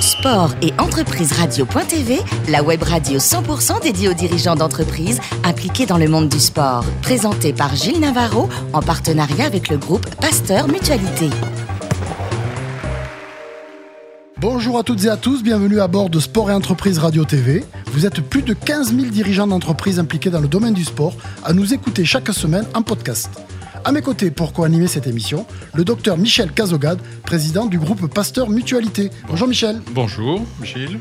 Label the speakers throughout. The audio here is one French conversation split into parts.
Speaker 1: sport et entreprise radio.tv, la web radio 100% dédiée aux dirigeants d'entreprises impliqués dans le monde du sport. Présentée par Gilles Navarro en partenariat avec le groupe Pasteur Mutualité.
Speaker 2: Bonjour à toutes et à tous, bienvenue à bord de Sport et Entreprise Radio TV. Vous êtes plus de 15 000 dirigeants d'entreprises impliqués dans le domaine du sport à nous écouter chaque semaine en podcast. À mes côtés pour co-animer cette émission, le docteur Michel Cazogade, président du groupe Pasteur Mutualité. Bonjour Michel.
Speaker 3: Bonjour Gilles.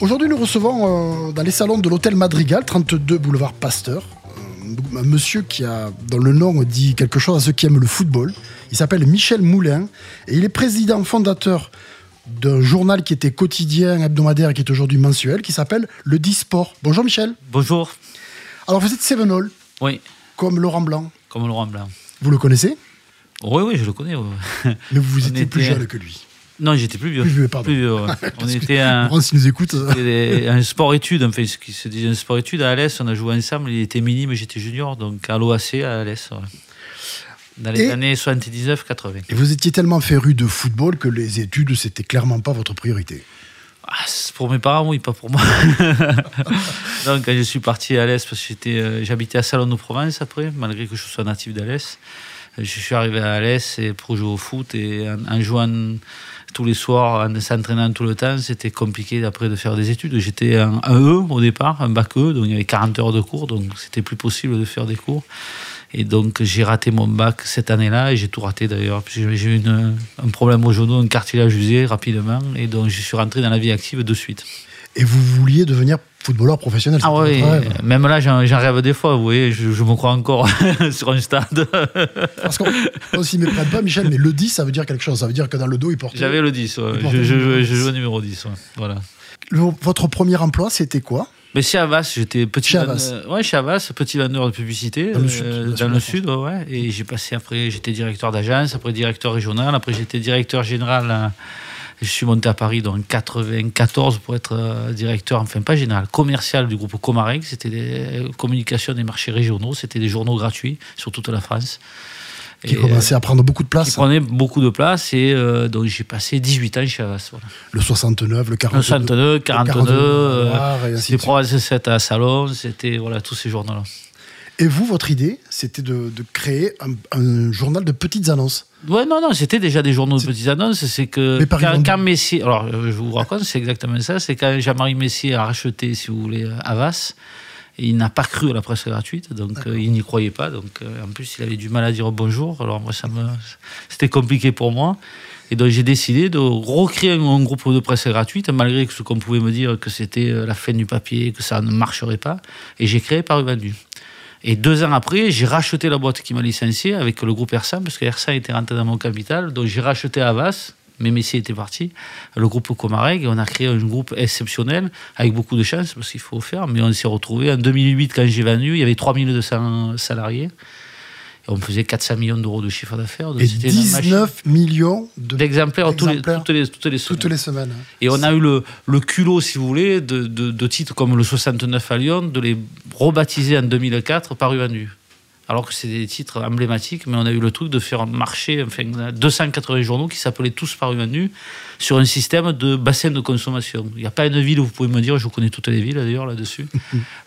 Speaker 2: Aujourd'hui, nous recevons euh, dans les salons de l'hôtel Madrigal, 32 boulevard Pasteur, euh, un monsieur qui a, dans le nom, dit quelque chose à ceux qui aiment le football. Il s'appelle Michel Moulin et il est président fondateur d'un journal qui était quotidien, hebdomadaire et qui est aujourd'hui mensuel, qui s'appelle Le Disport. Bonjour Michel.
Speaker 4: Bonjour.
Speaker 2: Alors vous êtes Sevenol,
Speaker 4: Oui,
Speaker 2: comme Laurent Blanc.
Speaker 4: comme Laurent Blanc.
Speaker 2: Vous le connaissez,
Speaker 4: Oui, oui, je le connais. oui.
Speaker 2: mais vous
Speaker 4: On
Speaker 2: étiez plus
Speaker 4: était-
Speaker 2: jeune que lui.
Speaker 4: Non, j'étais plus vieux.
Speaker 2: Plus vieux, pardon.
Speaker 4: ouais. On était un,
Speaker 2: Laurent, s'il nous écoute, euh,
Speaker 4: c'était un sport-études, enfin, ce qui se disait un sport-études à Alès. On a joué ensemble. Il était minime, j'étais junior, donc à l'OAC à Alès. ouais. Dans les
Speaker 2: Et-
Speaker 4: années 79-80.
Speaker 2: et vous étiez tellement féru de football que les études, c'était clairement pas votre priorité.
Speaker 4: Ah, c'est pour mes parents, oui, pas pour moi. donc, quand je suis parti à Alès, parce que j'étais, euh, j'habitais à Salon de Provence après, malgré que je sois natif d'Alès. Je suis arrivé à Alès et pour jouer au foot et en, en jouant tous les soirs, en s'entraînant tout le temps, c'était compliqué après de faire des études. J'étais un, un E au départ, un bac E, donc il y avait 40 heures de cours, donc c'était plus possible de faire des cours. Et donc j'ai raté mon bac cette année-là et j'ai tout raté d'ailleurs. Puis J'ai j'ai eu une- un problème au genou, un cartilage usé rapidement et donc je suis rentré dans la vie active de suite.
Speaker 2: Et vous vouliez devenir footballeur professionnel.
Speaker 4: Ah
Speaker 2: c'était
Speaker 4: ouais,
Speaker 2: votre rêve.
Speaker 4: euh, même là j'en j'en rêve des fois, vous voyez, je, je me crois encore sur un stade.
Speaker 2: Parce qu'on on s'y méprête pas, Michel, mais le 10, ça veut dire quelque chose. Ça veut dire que dans le dos, il portait.
Speaker 4: J'avais le 10, ouais.
Speaker 2: Il
Speaker 4: je,
Speaker 2: portait le
Speaker 4: je,
Speaker 2: numéro
Speaker 4: je
Speaker 2: 10.
Speaker 4: jouais numéro 10. ouais. Voilà.
Speaker 2: Le- votre premier emploi, c'était quoi
Speaker 4: Mais chez Havas, j'étais petit.
Speaker 2: Chez Havas.
Speaker 4: vendeur- Ouais, chez Havas, petit vendeur de publicité
Speaker 2: Dans le
Speaker 4: euh,
Speaker 2: sud, dans le sud
Speaker 4: dans
Speaker 2: de
Speaker 4: le
Speaker 2: la
Speaker 4: sud, ouais, ouais. Et j'ai passé après, j'étais directeur d'agence, après directeur régional, après j'étais directeur général. à- je suis monté à Paris dans 94 pour être euh, directeur, enfin pas général, commercial du groupe Comarec. C'était des communications des marchés régionaux, c'était des journaux gratuits sur toute la France.
Speaker 2: Qui
Speaker 4: Et,
Speaker 2: commençait à prendre beaucoup de
Speaker 4: euh, qui
Speaker 2: place.
Speaker 4: prenaient beaucoup de place et euh, donc j'ai passé 18 ans chez Havas. voilà.
Speaker 2: Le 69, le 42.
Speaker 4: Le 62, 42, euh,
Speaker 2: Noir, et ainsi
Speaker 4: c'était
Speaker 2: de suite.
Speaker 4: Provence 7 à Salon, c'était voilà, tous ces journaux-là.
Speaker 2: Et vous, votre idée, c'était de, de créer un, un journal de petites annonces.
Speaker 4: Ouais, non, non, c'était déjà des journaux de petites annonces. C'est que
Speaker 2: Mais par
Speaker 4: quand,
Speaker 2: exemple-
Speaker 4: quand Messi, alors euh, je vous raconte, c'est exactement ça. C'est quand Jean-Marie Messi a racheté, si vous voulez, euh, Havas, et il n'a pas cru à la presse gratuite, donc euh, il n'y croyait pas. Donc euh, en plus, il avait du mal à dire bonjour. Alors moi, ça me, c'était compliqué pour moi. Et donc j'ai décidé de recréer un, un groupe de presse gratuite, malgré que ce qu'on pouvait me dire que c'était euh, la fin du papier, que ça ne marcherait pas. Et j'ai créé Paru Vendu. Et deux ans après, j'ai racheté la boîte qui m'a licencié avec le groupe Ersan, parce que Ersan était rentré dans mon capital. Donc j'ai racheté Havas, mais Messi était parti, le groupe Comareg, et on a créé un groupe exceptionnel, avec beaucoup de chance, parce qu'il faut faire. Mais on s'est retrouvé en 2008, quand j'ai vendu, il y avait 3200 salariés. Et on faisait 400 millions d'euros de chiffre d'affaires. Donc
Speaker 2: Et
Speaker 4: c'était une machine
Speaker 2: 19 millions de,
Speaker 4: d'exemplaires tous les-
Speaker 2: d'exemplaires
Speaker 4: toutes les, toutes les semaines.
Speaker 2: toutes les semaines. hein.
Speaker 4: Et on a eu le, le culot, si vous voulez, de, de- de titres comme le 69 à Lyon, de les rebaptiser en 2004 par Uanu. Alors que c'est des titres emblématiques, mais on a eu le truc de faire marcher enfin, 280 journaux qui s'appelaient tous par Uanu sur un système de bassin de consommation. Il n'y a pas une ville où vous pouvez me dire, je connais toutes les villes d'ailleurs là-dessus,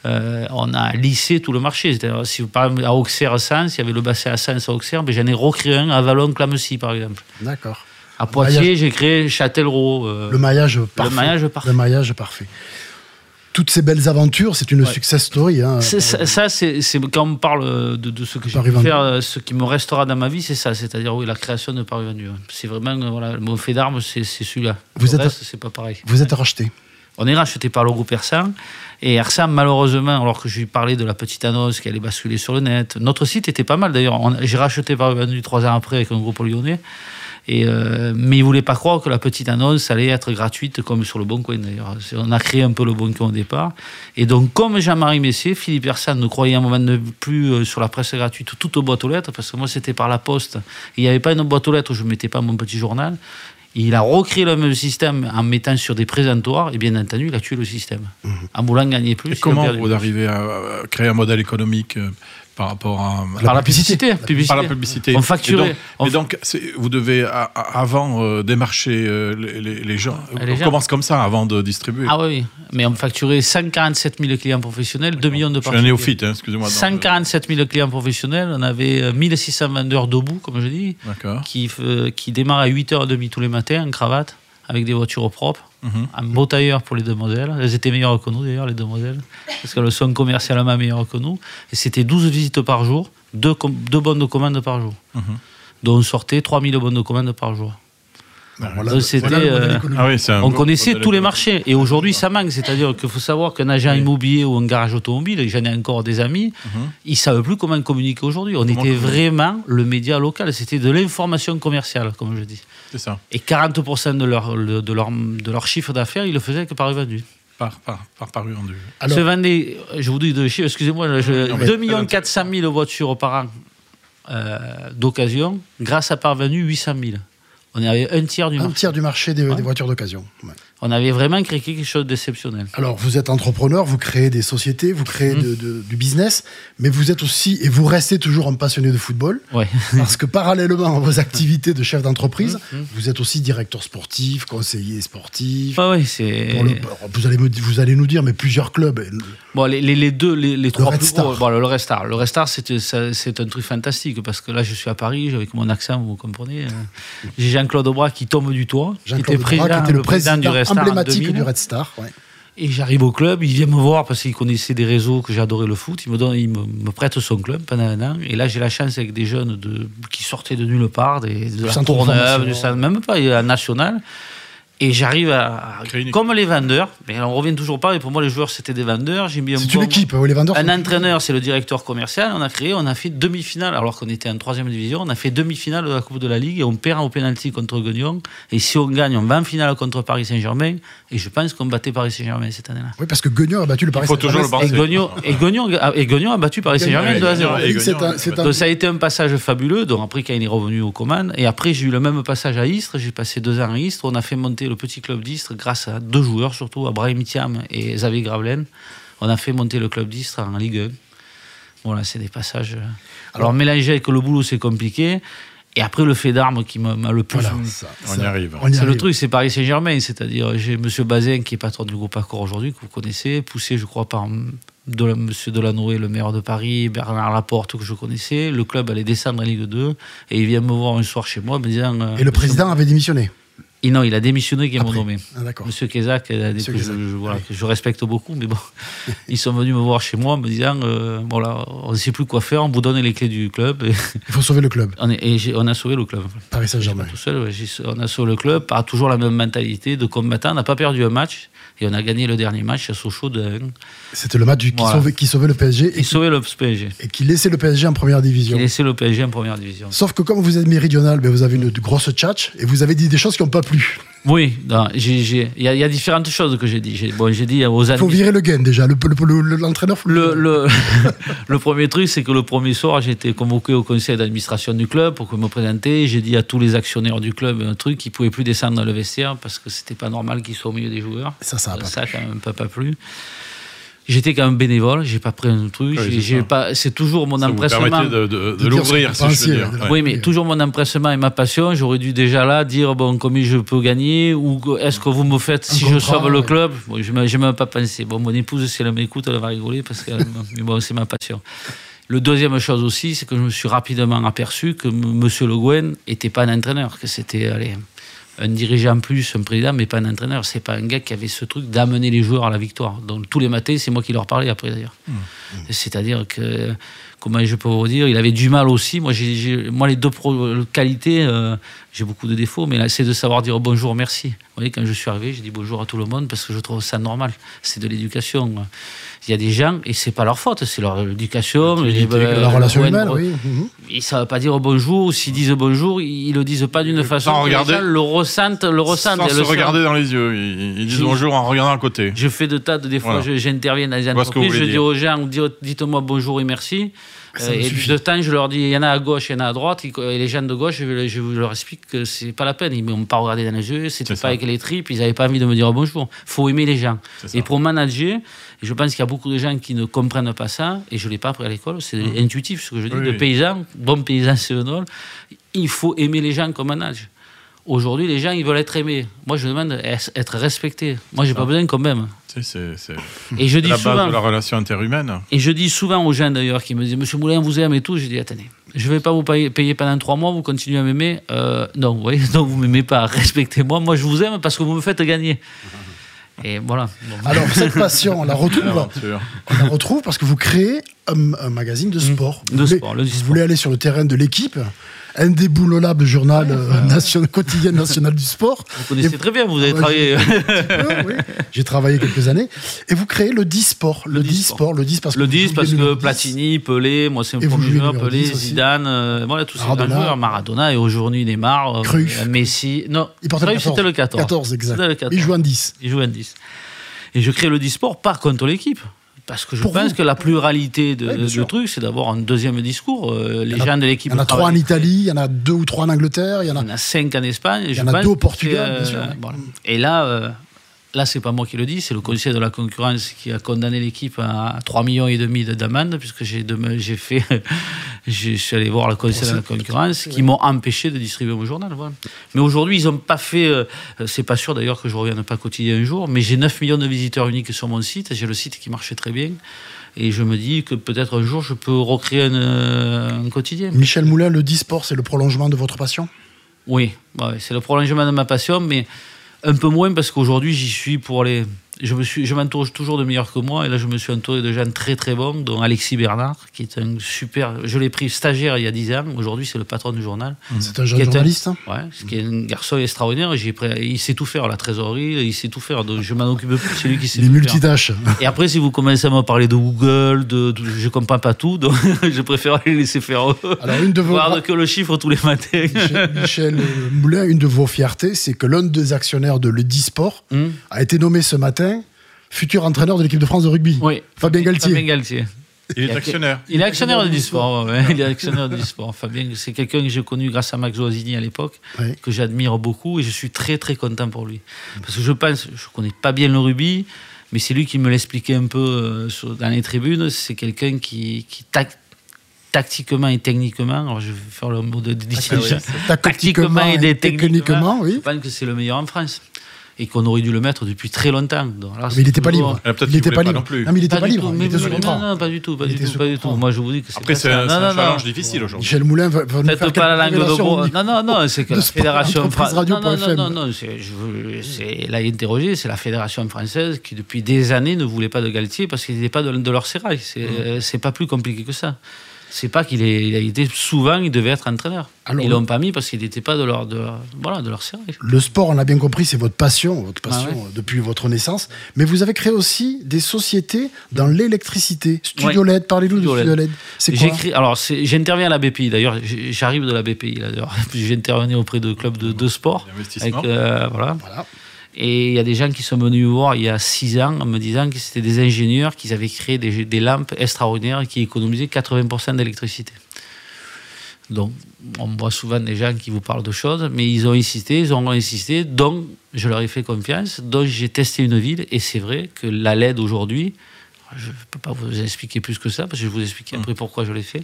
Speaker 4: euh, on a lissé tout le marché. C'est-à-dire, si vous parlez à Auxerre-Sens, il y avait le bassin à Sens à Auxerre, mais j'en ai recréé un à Vallon-Clamecy par exemple.
Speaker 2: D'accord.
Speaker 4: À Poitiers, j'ai créé Châtellerault. euh,
Speaker 2: Le maillage parfait.
Speaker 4: maillage parfait.
Speaker 2: Le maillage parfait. Toutes ces belles aventures, c'est une success story. hein.
Speaker 4: C'est- ça, ça, c'est c'est- quand on parle de, de ce que j'ai
Speaker 2: Paris
Speaker 4: pu
Speaker 2: Vendu.
Speaker 4: faire, euh, ce qui me restera dans ma vie, c'est ça, c'est-à-dire oui, la création de Paris Vendu. C'est vraiment euh, voilà, mon fait d'armes, c'est c'est celui-là.
Speaker 2: Vous
Speaker 4: Vous
Speaker 2: êtes-
Speaker 4: reste, c'est pas pareil.
Speaker 2: Vous êtes racheté.
Speaker 4: On est racheté par le groupe Ersan. Et Ersan, malheureusement, alors que je lui parlais de la petite annonce qui allait basculer sur le net, notre site était pas mal d'ailleurs. On- J'ai racheté par Vendu trois ans après avec un groupe lyonnais. Et euh, mais ils ne voulaient pas croire que la petite annonce allait être gratuite, comme sur le Bon Coin d'ailleurs. C'est- On a créé un peu le Bon Coin au départ. Et donc, comme Jean-Marie Messier, Philippe Ersan ne croyait un moment de plus euh, sur la presse gratuite, toute aux boîtes aux lettres, parce que moi c'était par la poste. Il n'y avait pas une boîte aux lettres où je ne mettais pas mon petit journal. Il a recréé le même système en mettant sur des présentoirs, et bien entendu, il a tué le système. En voulant gagner plus.
Speaker 3: Mhm. Et
Speaker 4: il a
Speaker 3: comment
Speaker 4: perdu.
Speaker 3: vous arrivez à, à créer un modèle économique euh, par rapport à, à
Speaker 4: Par la publicité. publicité.
Speaker 3: par la publicité.
Speaker 4: On
Speaker 3: Et
Speaker 4: facturait.
Speaker 3: donc,
Speaker 4: on
Speaker 3: et donc, c'est- vous devez a- a- avant euh, démarcher euh, les, les- les gens.
Speaker 4: Ah, Les
Speaker 3: on
Speaker 4: gens.
Speaker 3: commence comme ça avant de distribuer.
Speaker 4: Ah oui, mais on facturait 147 000 clients professionnels, 2 millions de
Speaker 3: Je suis un
Speaker 4: particuliers.
Speaker 3: néophyte, hein, excusez-moi. dans le-
Speaker 4: 147 000 clients professionnels, on avait euh, 1600 vendeurs debout, comme je dis,
Speaker 3: D'accord.
Speaker 4: qui, f- euh, qui démarrent à 8h30 tous les matins en cravate, avec des voitures propres,
Speaker 3: Mhm.
Speaker 4: un beau tailleur pour les demoiselles. Elles étaient meilleures que nous d'ailleurs, les demoiselles, parce qu'elles sont commercialement meilleures que nous. Et c'était 12 visites par jour, 2, bonnes de commandes par jour.
Speaker 3: Mhm.
Speaker 4: Donc on sortait 3000 bonnes de commandes par jour.
Speaker 2: Bon,
Speaker 4: Donc, c'était,
Speaker 2: le modèle
Speaker 4: euh,
Speaker 2: économique.
Speaker 3: Ah oui, c'est un
Speaker 4: On
Speaker 3: beau
Speaker 4: connaissait
Speaker 3: modèle
Speaker 4: tous les
Speaker 3: économique.
Speaker 4: marchés. Et aujourd'hui, ça manque. C'est-à-dire qu'il faut savoir qu'un agent immobilier ou un garage automobile, et j'en ai encore des amis, ils ne savent plus comment communiquer aujourd'hui. On était
Speaker 3: Mhm. communiquer
Speaker 4: vraiment le média local. C'était de l'information commerciale, comme je dis.
Speaker 3: C'est ça.
Speaker 4: Et 40% de leur, le- de leur, de leur chiffre d'affaires, ils le faisaient que par vendu.
Speaker 3: Par, par, par paru rendu.
Speaker 2: Alors-
Speaker 4: Se vendaient, je vous dis deux chiffres, excusez-moi, je-
Speaker 3: Non, mais-
Speaker 4: 2 400 000 voitures par an euh, d'occasion, grâce à par vendu 800 000. On avait un tiers
Speaker 3: Ah.
Speaker 4: du
Speaker 2: Un
Speaker 4: marché.
Speaker 2: tiers du marché des, des
Speaker 4: Ouais.
Speaker 2: voitures d'occasion. Ouais.
Speaker 4: On avait vraiment créé quelque chose d'exceptionnel.
Speaker 2: Alors, vous êtes entrepreneur, vous créez des sociétés, vous créez
Speaker 4: Mhm.
Speaker 2: de- de- du business, mais vous êtes aussi et vous restez toujours un passionné de football.
Speaker 4: Ouais.
Speaker 2: Parce que parallèlement à vos activités de chef d'entreprise,
Speaker 4: Mhm.
Speaker 2: vous êtes aussi directeur sportif, conseiller sportif.
Speaker 4: Ah ouais, c'est.
Speaker 2: Pour le- vous, allez me di- vous allez nous dire, mais plusieurs clubs. et le-
Speaker 4: Bon, les, les- les deux, les, les trois
Speaker 2: Red
Speaker 4: plus
Speaker 2: Star.
Speaker 4: gros. Bon, le, le Red Star. Le Red Star, c'était- ça- c'est un truc fantastique parce que là, je suis à Paris, avec mon accent, vous comprenez. euh, J'ai Jean-Claude Bras qui tombe du toit, qui
Speaker 2: Jean-Claude
Speaker 4: était,
Speaker 2: Bras,
Speaker 4: président,
Speaker 2: qui était le président,
Speaker 4: du Red Star en
Speaker 2: emblématique
Speaker 4: 2000.
Speaker 2: du Red Star. ouais.
Speaker 4: Et j'arrive au club, il vient me voir parce qu'il connaissait des réseaux que j'adorais le foot. Il me donne, il me, me prête son club pendant un an. Et là, j'ai la chance avec des jeunes de, qui sortaient de nulle part, des, de la
Speaker 2: centre de
Speaker 4: Courneuve,
Speaker 2: formation.
Speaker 4: du centre- même pas, il y a la nationale. Et j'arrive à,
Speaker 3: Créer une équipe.
Speaker 4: comme les vendeurs, mais on revient toujours pas. Et pour moi, les joueurs c'était des vendeurs. J'ai mis un
Speaker 2: C'est
Speaker 4: bon-
Speaker 2: une équipe, euh, ouais, les vendeurs.
Speaker 4: un
Speaker 2: c'est-
Speaker 4: entraîneur, c'est le directeur commercial. On a créé, on a fait demi-finale, alors qu'on était en troisième division. On a fait demi-finale de la Coupe de la Ligue et on perd au pénalty contre Guignon. Et si on gagne, on va en finale contre Paris Saint-Germain. Et je pense qu'on battait Paris Saint-Germain cette année-là.
Speaker 2: Oui, parce que Guignon a battu le Paris
Speaker 3: faut
Speaker 2: Saint-Germain.
Speaker 3: toujours le
Speaker 4: Et
Speaker 3: penser.
Speaker 4: Guignon, et, Guignon- et Guignon a battu Paris Saint-Germain
Speaker 3: Ouais,
Speaker 4: 2 à 0.
Speaker 3: Guignon,
Speaker 2: C'est un-
Speaker 3: Guignon,
Speaker 2: c'est un-
Speaker 4: Donc ça a été un passage fabuleux. Donc après, quand il est revenu aux commandes, et après j'ai eu le même passage à Istres. J'ai passé deux ans à Istres. On a fait monter le petit club d'Istres grâce à deux joueurs, surtout à Brahim Thiam et Xavier Gravelaine. On a fait monter le club d'Istres en Ligue 1. Voilà, c'est des passages. euh. Alors mélanger avec le boulot, c'est compliqué. Et après, le fait d'armes qui m'a m'a le plus
Speaker 2: Voilà, ça,
Speaker 3: On
Speaker 2: ça.
Speaker 3: y arrive.
Speaker 2: On y
Speaker 4: c'est le
Speaker 2: arrive.
Speaker 4: truc, c'est Paris Saint-Germain, c'est-à-dire j'ai Monsieur Bazin qui est patron du groupe Accor aujourd'hui que vous connaissez, poussé je crois par M. Dola- Monsieur Delanoë, le maire de Paris, Bernard Laporte que je connaissais. Le club allait descendre en Ligue 2 et il vient me voir un soir chez moi me disant. euh,
Speaker 2: Et le
Speaker 4: monsieur-
Speaker 2: président avait démissionné.
Speaker 4: Et non, il a démissionné qui m'ont
Speaker 2: Après.
Speaker 4: nommé.
Speaker 2: Ah, D'accord.
Speaker 4: Monsieur Kézak, euh,
Speaker 2: Monsieur
Speaker 4: que, je,
Speaker 2: Kézak,
Speaker 4: je- voilà, que je respecte beaucoup, mais bon, ils sont venus me voir chez moi en me disant euh, voilà, on ne sait plus quoi faire, on vous donne les clés du club. Et
Speaker 2: Il faut sauver le club,
Speaker 4: on, est- et j'ai- on a sauvé le club.
Speaker 2: Paris
Speaker 4: Je suis
Speaker 2: Saint-Germain.
Speaker 4: pas tout seul, ouais. J'ai- on a sur le club, par toujours la même mentalité de combattant. On n'a pas perdu un match et on a gagné le dernier match à Sochaux de
Speaker 2: C'était le match du- qui,
Speaker 4: Voilà.
Speaker 2: sauvait, qui sauvait le PSG
Speaker 4: et
Speaker 2: et,
Speaker 4: sauver le PSG.
Speaker 2: et qui laissait le PSG en première
Speaker 4: Qui
Speaker 2: division.
Speaker 4: laissait le PSG en première division.
Speaker 2: Sauf que comme vous êtes méridional, ben, vous avez une grosse tchatch et vous avez dit des choses qui n'ont pas plu.
Speaker 4: Oui, non, j'ai- j'ai- il y, a- il y a différentes choses que j'ai dit. J'ai bon, j'ai dit aux
Speaker 2: Il faut
Speaker 4: amis.
Speaker 2: virer le gain déjà. L'entraîneur, le, le- l'entraîneur, faut
Speaker 4: Le, le, le premier truc, c'est que le premier soir, j'ai été convoqué au conseil d'administration du club pour que me présenter. J'ai dit à tous les actionnaires du club un truc qu'ils ne pouvaient plus descendre dans le vestiaire parce que c'était pas normal qu'ils soient au milieu des joueurs.
Speaker 2: Ça, ça a pas
Speaker 4: ça quand même pas, pas plu. J'étais quand même bénévole, j'ai pas pris un truc,
Speaker 3: Oui,
Speaker 4: j'ai-
Speaker 3: c'est
Speaker 4: j'ai
Speaker 3: ça.
Speaker 4: pas, c'est toujours mon
Speaker 3: Ça vous
Speaker 4: empressement.
Speaker 3: permettait de, de- de
Speaker 2: dire
Speaker 3: l'ouvrir,
Speaker 2: ce que vous
Speaker 3: si je veux
Speaker 2: pensiez,
Speaker 3: dire.
Speaker 2: de-
Speaker 3: Ouais.
Speaker 4: Oui, mais toujours mon empressement et ma passion. J'aurais dû déjà là dire bon, combien je peux gagner ou que- est-ce que vous me faites si je
Speaker 2: contrat,
Speaker 4: sauve le
Speaker 2: ouais.
Speaker 4: club bon, Je n'ai même pas pensé. Bon, mon épouse, si elle m'écoute, elle va rigoler parce que mais bon, c'est ma passion. Le deuxième chose aussi, c'est que je me suis rapidement aperçu que M. Monsieur Le Guen n'était pas un entraîneur, que c'était allez, un dirigeant plus, un président, mais pas un entraîneur. C'est pas un gars qui avait ce truc d'amener les joueurs à la victoire. Donc tous les matins, c'est moi qui leur parlais après d'ailleurs.
Speaker 2: Mmh.
Speaker 4: C'est-à-dire que, comment je peux vous dire, il avait du mal aussi. Moi, j'ai, j'ai- moi les deux pro- qualités, euh, j'ai beaucoup de défauts, mais là, c'est de savoir dire bonjour, merci. Vous voyez, quand je suis arrivé, j'ai dit bonjour à tout le monde parce que je trouve ça normal. C'est de l'éducation. Il y a des gens, et c'est pas leur faute, c'est leur éducation. les-
Speaker 2: la
Speaker 4: euh,
Speaker 2: relation
Speaker 4: ouais,
Speaker 2: humaine,
Speaker 4: euh,
Speaker 2: oui. Mhm.
Speaker 4: Ils savent pas dire bonjour, ou s'ils disent bonjour, ils le disent pas d'une façon que les
Speaker 3: regarder.
Speaker 4: gens le ressentent, le ressentent.
Speaker 3: Sans
Speaker 4: et
Speaker 3: se
Speaker 4: le sentent.
Speaker 3: regarder dans les yeux. Ils, ils disent
Speaker 4: Je-
Speaker 3: bonjour en regardant à côté.
Speaker 4: Je fais de tas de des fois,
Speaker 3: Voilà.
Speaker 4: je- j'interviens dans les
Speaker 3: vois ce que vous
Speaker 4: entreprises, je
Speaker 3: voulez
Speaker 4: dis
Speaker 3: dire.
Speaker 4: aux gens, dire- dites-moi bonjour et merci. Euh,
Speaker 2: Ça me
Speaker 4: et
Speaker 2: suffit.
Speaker 4: de temps, je leur dis, il y en a à gauche, il y en a à droite. Et et les gens de gauche, je, je leur explique que c'est pas la peine. Ils m'ont pas regardé dans les yeux, c'était
Speaker 3: C'est
Speaker 4: pas
Speaker 3: ça.
Speaker 4: avec les tripes, ils n'avaient pas envie de me dire bonjour. Faut aimer les gens.
Speaker 3: C'est ça.
Speaker 4: Et pour manager, je pense qu'il y a beaucoup de gens qui ne comprennent pas ça, et je l'ai pas appris à l'école, c'est intuitif ce que je dis,
Speaker 3: Mhm. Oui,
Speaker 4: de
Speaker 3: oui.
Speaker 4: paysan, bon paysan, c'est le nom. Il faut aimer les gens qu'on manage. Aujourd'hui, les gens, ils veulent être aimés. Moi, je demande à être respecté. Moi, j'ai pas besoin qu'on m'aime.
Speaker 3: Tu sais, c'est- c'est
Speaker 4: Et je dis
Speaker 3: la base
Speaker 4: souvent.
Speaker 3: de la relation interhumaine.
Speaker 4: Et je dis souvent aux gens d'ailleurs qui me disent Monsieur Moulin, on vous aime et tout. J'ai dit Attendez, je ne vais pas vous paye- payer pendant trois mois, vous continuez à m'aimer. Euh, non, vous voyez, non, vous ne m'aimez pas. Respectez-moi. Moi, je vous aime parce que vous me faites gagner. Et voilà. Bon.
Speaker 2: Alors, cette passion, on la retrouve,
Speaker 3: L'aventure.
Speaker 2: on la retrouve parce que vous créez un, un magazine de sport.
Speaker 4: Mhm. de
Speaker 2: vous, voulez,
Speaker 4: sport, le
Speaker 2: vous
Speaker 4: sport.
Speaker 2: voulez aller sur le terrain de l'équipe, indéboulonnable journal euh, national, quotidien national du sport.
Speaker 4: Vous connaissez très bien, vous avez
Speaker 2: Ouais,
Speaker 4: travaillé.
Speaker 2: Euh, oui, J'ai travaillé quelques années. Et vous créez le e-sport. Le
Speaker 4: e-sport.
Speaker 2: e-sport, le 10 parce que,
Speaker 4: Le
Speaker 2: vous
Speaker 4: 10
Speaker 2: jouez
Speaker 4: parce que
Speaker 2: numéro 10.
Speaker 4: Platini, Pelé, moi c'est
Speaker 2: Et vous
Speaker 4: mon
Speaker 2: jouez
Speaker 4: joueur,
Speaker 2: numéro
Speaker 4: Pelé,
Speaker 2: 10 aussi.
Speaker 4: Zidane, euh, voilà tous ces grands
Speaker 2: Maradona.
Speaker 4: joueurs, Maradona et aujourd'hui Neymar, euh,
Speaker 2: Cruyff.
Speaker 4: Messi. Non,
Speaker 2: Il portait
Speaker 4: Cruyff, c'était le 14.
Speaker 2: 14, exact.
Speaker 4: C'était le 14.
Speaker 2: Il joue en 10.
Speaker 4: Il joue un 10. Et je crée le e-sport pas contre l'équipe. Parce que je
Speaker 2: Pour
Speaker 4: pense
Speaker 2: vous.
Speaker 4: que la pluralité de,
Speaker 2: Oui, bien
Speaker 4: de
Speaker 2: sûr.
Speaker 4: trucs, c'est d'avoir un deuxième discours. Euh,
Speaker 2: Il
Speaker 4: les
Speaker 2: y en a-
Speaker 4: gens de l'équipe.
Speaker 2: Il y en a trois en
Speaker 4: travaillent.
Speaker 2: Italie, il y en a deux ou trois en Angleterre, il y en a.
Speaker 4: Il y en a cinq en Espagne. Il
Speaker 2: y en a deux au Portugal, bien sûr.
Speaker 4: euh, Et là, euh, là c'est pas moi qui le dis, c'est le Conseil de la concurrence qui a condamné l'équipe à 3,5 millions et demi de d'amende, puisque j'ai dem- j'ai fait, je suis allé voir le Conseil de la concurrence, qui m'ont empêché de distribuer mon journal. voilà. Mais aujourd'hui, ils n'ont pas fait. euh, c'est pas sûr d'ailleurs que je revienne pas quotidien un jour, mais j'ai 9 millions de visiteurs uniques sur mon site. J'ai le site qui marchait très bien. Et je me dis que peut-être un jour je peux recréer un, euh, un quotidien.
Speaker 2: Michel Moulin, le e-sport, c'est le prolongement de votre passion
Speaker 4: Oui, ouais, c'est le prolongement de ma passion, mais un peu moins parce qu'aujourd'hui j'y suis pour les. Je me suis, je m'entoure toujours de meilleurs que moi, et là je me suis entouré de gens très très bons, dont Alexis Bernard, qui est un super. Je l'ai pris stagiaire il y a 10 ans. Aujourd'hui c'est le patron du journal.
Speaker 2: C'est un jeune
Speaker 4: Mmh. Qui est un-
Speaker 2: journaliste hein
Speaker 4: Ouais, ce qui est un garçon extraordinaire. J'ai pris- il sait tout faire, la trésorerie, il sait tout faire. Donc je m'en occupe plus. C'est lui qui sait
Speaker 2: Il est
Speaker 4: tout faire.
Speaker 2: multitâche.
Speaker 4: Et après, si vous commencez à me parler de Google, de, de- je comprends pas tout, donc je préfère les laisser faire eux.
Speaker 2: Alors, une de vos.
Speaker 4: Voir que le chiffre tous les matins.
Speaker 2: Michel, Michel, euh, Moulin, une de vos fiertés, c'est que l'un des actionnaires de le e-sport
Speaker 4: Hmm.
Speaker 2: a été nommé ce matin futur entraîneur de l'équipe de France de rugby.
Speaker 4: Oui.
Speaker 2: Fabien Galtier.
Speaker 4: Fabien Galtier.
Speaker 3: Il
Speaker 4: y
Speaker 3: est
Speaker 4: a-
Speaker 3: actionnaire.
Speaker 4: Il est actionnaire de Disport. ouais, ouais, Il est actionnaire de Disport. Fabien, c'est quelqu'un que j'ai connu grâce à Max Oasini à l'époque,
Speaker 2: Ouais.
Speaker 4: que j'admire beaucoup et je suis très très content pour lui. Parce que je pense, je connais pas bien le rugby, mais c'est lui qui me l'expliquait un peu euh, sur- dans les tribunes. C'est quelqu'un qui, qui tac- tactiquement et techniquement, alors je vais faire le mot de
Speaker 2: Ah,
Speaker 4: de- tactiquement et des- techniquement,
Speaker 2: techniquement, oui.
Speaker 4: je pense que c'est le meilleur en France et qu'on aurait dû le mettre depuis très longtemps. Donc là,
Speaker 2: Mais il
Speaker 4: c'est
Speaker 2: n'était pas
Speaker 4: toujours-
Speaker 2: libre.
Speaker 3: Ah, peut-être
Speaker 2: Il
Speaker 3: qu'il
Speaker 2: n'était
Speaker 3: voulait
Speaker 2: pas
Speaker 3: pas
Speaker 2: libre.
Speaker 3: non plus.
Speaker 2: Non, mais il n'était pas
Speaker 4: du
Speaker 2: libre.
Speaker 4: tout,
Speaker 2: Il
Speaker 4: mais-
Speaker 2: était sous
Speaker 4: non,
Speaker 2: contrat.
Speaker 4: non, pas du tout, pas
Speaker 2: Il
Speaker 4: du
Speaker 2: était
Speaker 4: tout,
Speaker 2: sous
Speaker 4: pas du tout.
Speaker 2: contrat.
Speaker 4: Moi, je vous dis que c'est
Speaker 3: Après,
Speaker 4: pas
Speaker 3: c'est
Speaker 4: ça.
Speaker 3: un,
Speaker 4: Non,
Speaker 3: c'est un
Speaker 4: non, non.
Speaker 3: challenge difficile aujourd'hui.
Speaker 2: Michel Moulin va, va nous
Speaker 4: Faites
Speaker 2: faire
Speaker 4: pas la
Speaker 2: quelques
Speaker 4: langue de hein.
Speaker 2: révélations
Speaker 4: bois.
Speaker 2: au
Speaker 4: Non, non, non, c'est que
Speaker 2: de
Speaker 4: la
Speaker 2: sport,
Speaker 4: Fédération
Speaker 2: entreprise
Speaker 4: française. Non, non,
Speaker 2: radio.fm.
Speaker 4: non, non, c'est- je veux- c'est- là, interrogé, c'est la Fédération française qui, depuis des années, ne voulait pas de Galtier parce qu'il n'était pas de, de leur sérail.
Speaker 2: Mm.
Speaker 4: C'est euh, c'est pas plus compliqué que ça. C'est pas qu'il est- il a été souvent, il devait être entraîneur.
Speaker 2: Alors,
Speaker 4: Ils l'ont pas mis parce qu'il n'était pas de leur, de, leur- voilà, de leur sérail.
Speaker 2: Le sport, on l'a bien compris, c'est votre passion, votre passion
Speaker 4: Ah ouais.
Speaker 2: euh, depuis votre naissance. Mais vous avez créé aussi des sociétés dans l'électricité. Studio
Speaker 4: Ouais.
Speaker 2: LED, parlez-nous de
Speaker 4: Studio E
Speaker 2: Studio LED. C'est quoi
Speaker 4: J'écris- alors c'est- j'interviens à la BPI d'ailleurs, j'- j'arrive de la BPI là, d'ailleurs. J'intervenais auprès de clubs de, de sport. Avec,
Speaker 3: L'investissement.
Speaker 4: euh, voilà.
Speaker 2: Voilà.
Speaker 4: Et il y a des gens qui sont venus me voir il y a six ans en me disant que c'était des ingénieurs qui avaient créé des, des lampes extraordinaires qui économisaient 80% d'électricité. Donc, on voit souvent des gens qui vous parlent de choses, mais ils ont insisté, ils ont insisté, donc je leur ai fait confiance, donc j'ai testé une ville, et c'est vrai que la LED aujourd'hui, je ne peux pas vous expliquer plus que ça, parce que je vais vous expliquer après pourquoi je l'ai fait.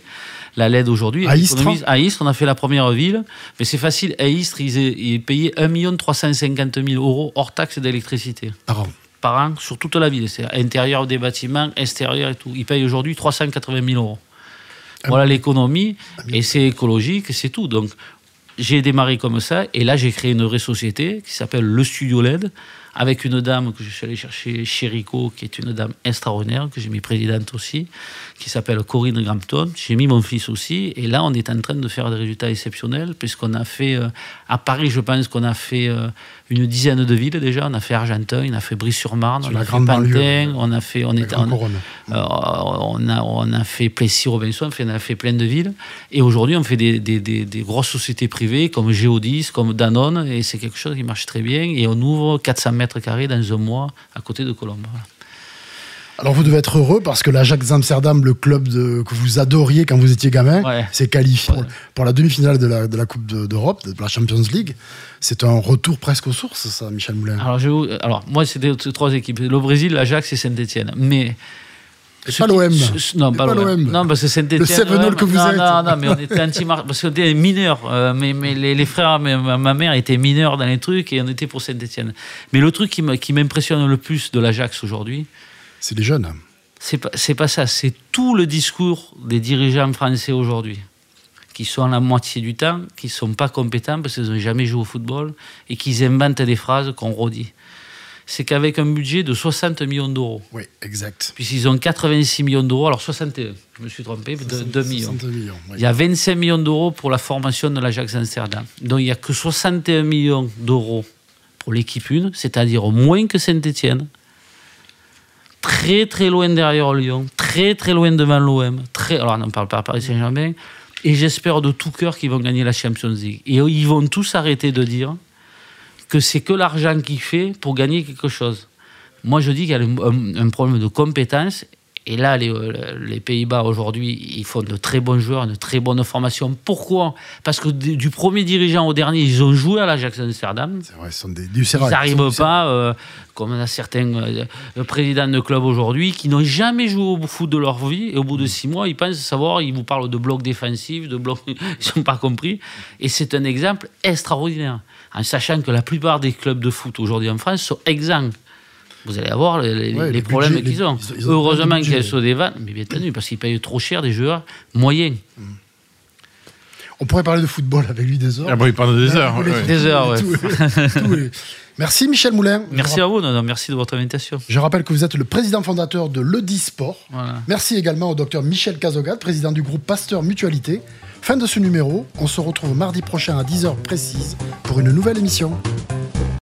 Speaker 4: La LED aujourd'hui,
Speaker 2: Hum. À
Speaker 4: elle
Speaker 2: Istres hein.
Speaker 4: économise- à Istres, on a fait la première ville, mais c'est facile, à Istres, ils, aient- ils payaient 1 350 000 euros hors taxe d'électricité
Speaker 2: Par an.
Speaker 4: par an sur toute la ville, c'est intérieur des bâtiments, extérieur et tout. Ils payent aujourd'hui 380 000 euros.
Speaker 2: Ah
Speaker 4: Voilà l'économie, et c'est écologique, c'est tout. Donc, j'ai démarré comme ça, et là, j'ai créé une vraie société qui s'appelle Le Studio LED, avec une dame que je suis allé chercher chez Rico, qui est une dame extraordinaire, que j'ai mis présidente aussi, qui s'appelle Corinne Grampton. J'ai mis mon fils aussi, et là, on est en train de faire des résultats exceptionnels, puisqu'on a fait, euh, à Paris, je pense qu'on a fait euh, une dizaine de villes déjà. On a fait Argenteuil, on a fait Brie-sur-Marne,
Speaker 2: Sur
Speaker 4: on
Speaker 2: la
Speaker 4: a fait
Speaker 2: grande banlieue.
Speaker 4: Pantin, on a fait, on
Speaker 2: La
Speaker 4: était,
Speaker 2: Grande
Speaker 4: on-
Speaker 2: Couronne.
Speaker 4: euh, on, a, on a fait Plessis Robinson, on fait- on a fait plein de villes. Et aujourd'hui, on fait des, des- des- des grosses sociétés privées comme Geodis, comme Danone. Et c'est quelque chose qui marche très bien. Et on ouvre 400 mètres carrés dans un mois à côté de Colombe. voilà.
Speaker 2: Alors vous devez être heureux parce que l'Ajax Amsterdam, le club de- que vous adoriez quand vous étiez gamin,
Speaker 4: Ouais.
Speaker 2: s'est qualifié
Speaker 4: Ouais.
Speaker 2: pour la demi-finale de la, de la Coupe de- d'Europe, de, la Champions League. C'est un retour presque aux sources, ça, Michel Moulin.
Speaker 4: Alors, je vous- alors moi, c'était t- trois équipes le Brésil, l'Ajax et Saint-Etienne. Mais.
Speaker 2: Et
Speaker 4: ce
Speaker 2: pas
Speaker 4: qui-
Speaker 2: l'OM.
Speaker 4: ce- ce- Non,
Speaker 2: Et
Speaker 4: pas
Speaker 2: pas
Speaker 4: l'OM.
Speaker 2: l'OM.
Speaker 4: Non, parce que Saint-Etienne.
Speaker 2: Le Sevenol que vous
Speaker 4: non,
Speaker 2: êtes.
Speaker 4: Non, non, mais on était anti Parce qu'on était mineurs. euh, mais mais les, les frères, mais ma, ma mère était mineure dans les trucs et on était pour Saint-Etienne. Mais le truc qui me- qui m'impressionne le plus de l'Ajax aujourd'hui,
Speaker 2: C'est les jeunes.
Speaker 4: c'est pas, c'est pas ça, c'est tout le discours des dirigeants français aujourd'hui, qui sont la moitié du temps, qui sont pas compétents parce qu'ils n'ont jamais joué au football et qu'ils inventent des phrases qu'on redit. C'est qu'avec un budget de 60 millions d'euros,
Speaker 2: Oui, exact.
Speaker 4: puisqu'ils ont 86 millions d'euros, alors 61, je me suis trompé, de, 2 millions.
Speaker 2: 62 millions, oui.
Speaker 4: Il y a 25 millions d'euros pour la formation de l'Ajax Amsterdam. Donc il n'y a que 61 millions d'euros pour l'équipe 1, c'est-à-dire moins que Saint-Etienne. Très très loin derrière Lyon, très très loin devant l'OM. Très... Alors on n'en parle pas à Paris Saint-Germain. Et j'espère de tout cœur qu'ils vont gagner la Champions League. Et ils vont tous arrêter de dire que c'est que l'argent qui fait pour gagner quelque chose. Moi, je dis qu'il y a le- un, un problème de compétence. Et là, les, euh, les Pays-Bas, aujourd'hui, ils font de très bons joueurs, de très bonnes formations. Pourquoi Parce que du du premier dirigeant au dernier, ils ont joué à l'Ajax Amsterdam.
Speaker 2: C'est vrai, ce sont des, du
Speaker 4: Ils
Speaker 2: Serra.
Speaker 4: n'arrivent pas, euh, comme on a certains euh, euh, présidents de clubs aujourd'hui, qui n'ont jamais joué au foot de leur vie, et au bout de six mois, ils pensent savoir, ils vous parlent de bloc défensif, de bloc. Ils n'ont pas compris. Et c'est un exemple extraordinaire, en sachant que la plupart des clubs de foot aujourd'hui en France sont exempts. Vous allez avoir les, les-
Speaker 2: Ouais,
Speaker 4: les
Speaker 2: les
Speaker 4: problèmes
Speaker 2: budgets,
Speaker 4: qu'ils
Speaker 2: les-
Speaker 4: ont.
Speaker 2: ils ont- ils ont
Speaker 4: Heureusement
Speaker 2: plein de
Speaker 4: qu'ils
Speaker 2: budgets.
Speaker 4: sont des vannes, mais bien entendu, parce qu'ils payent trop cher des joueurs moyens.
Speaker 2: On pourrait parler de football avec lui des heures. Hein,
Speaker 3: Ah bon, il parle des heures.
Speaker 2: Tous les-
Speaker 3: ouais.
Speaker 4: Des heures, ouais.
Speaker 2: tous les- tous les- euh, Merci Michel Moulin.
Speaker 4: Merci à vous, non, non, merci de votre invitation.
Speaker 2: Je rappelle que vous êtes le président fondateur de l'Eudisport.
Speaker 4: Voilà.
Speaker 2: Merci également au docteur Michel Cazogat, président du groupe Pasteur Mutualité. Fin de ce numéro, on se retrouve mardi prochain à 10h précise pour une nouvelle émission.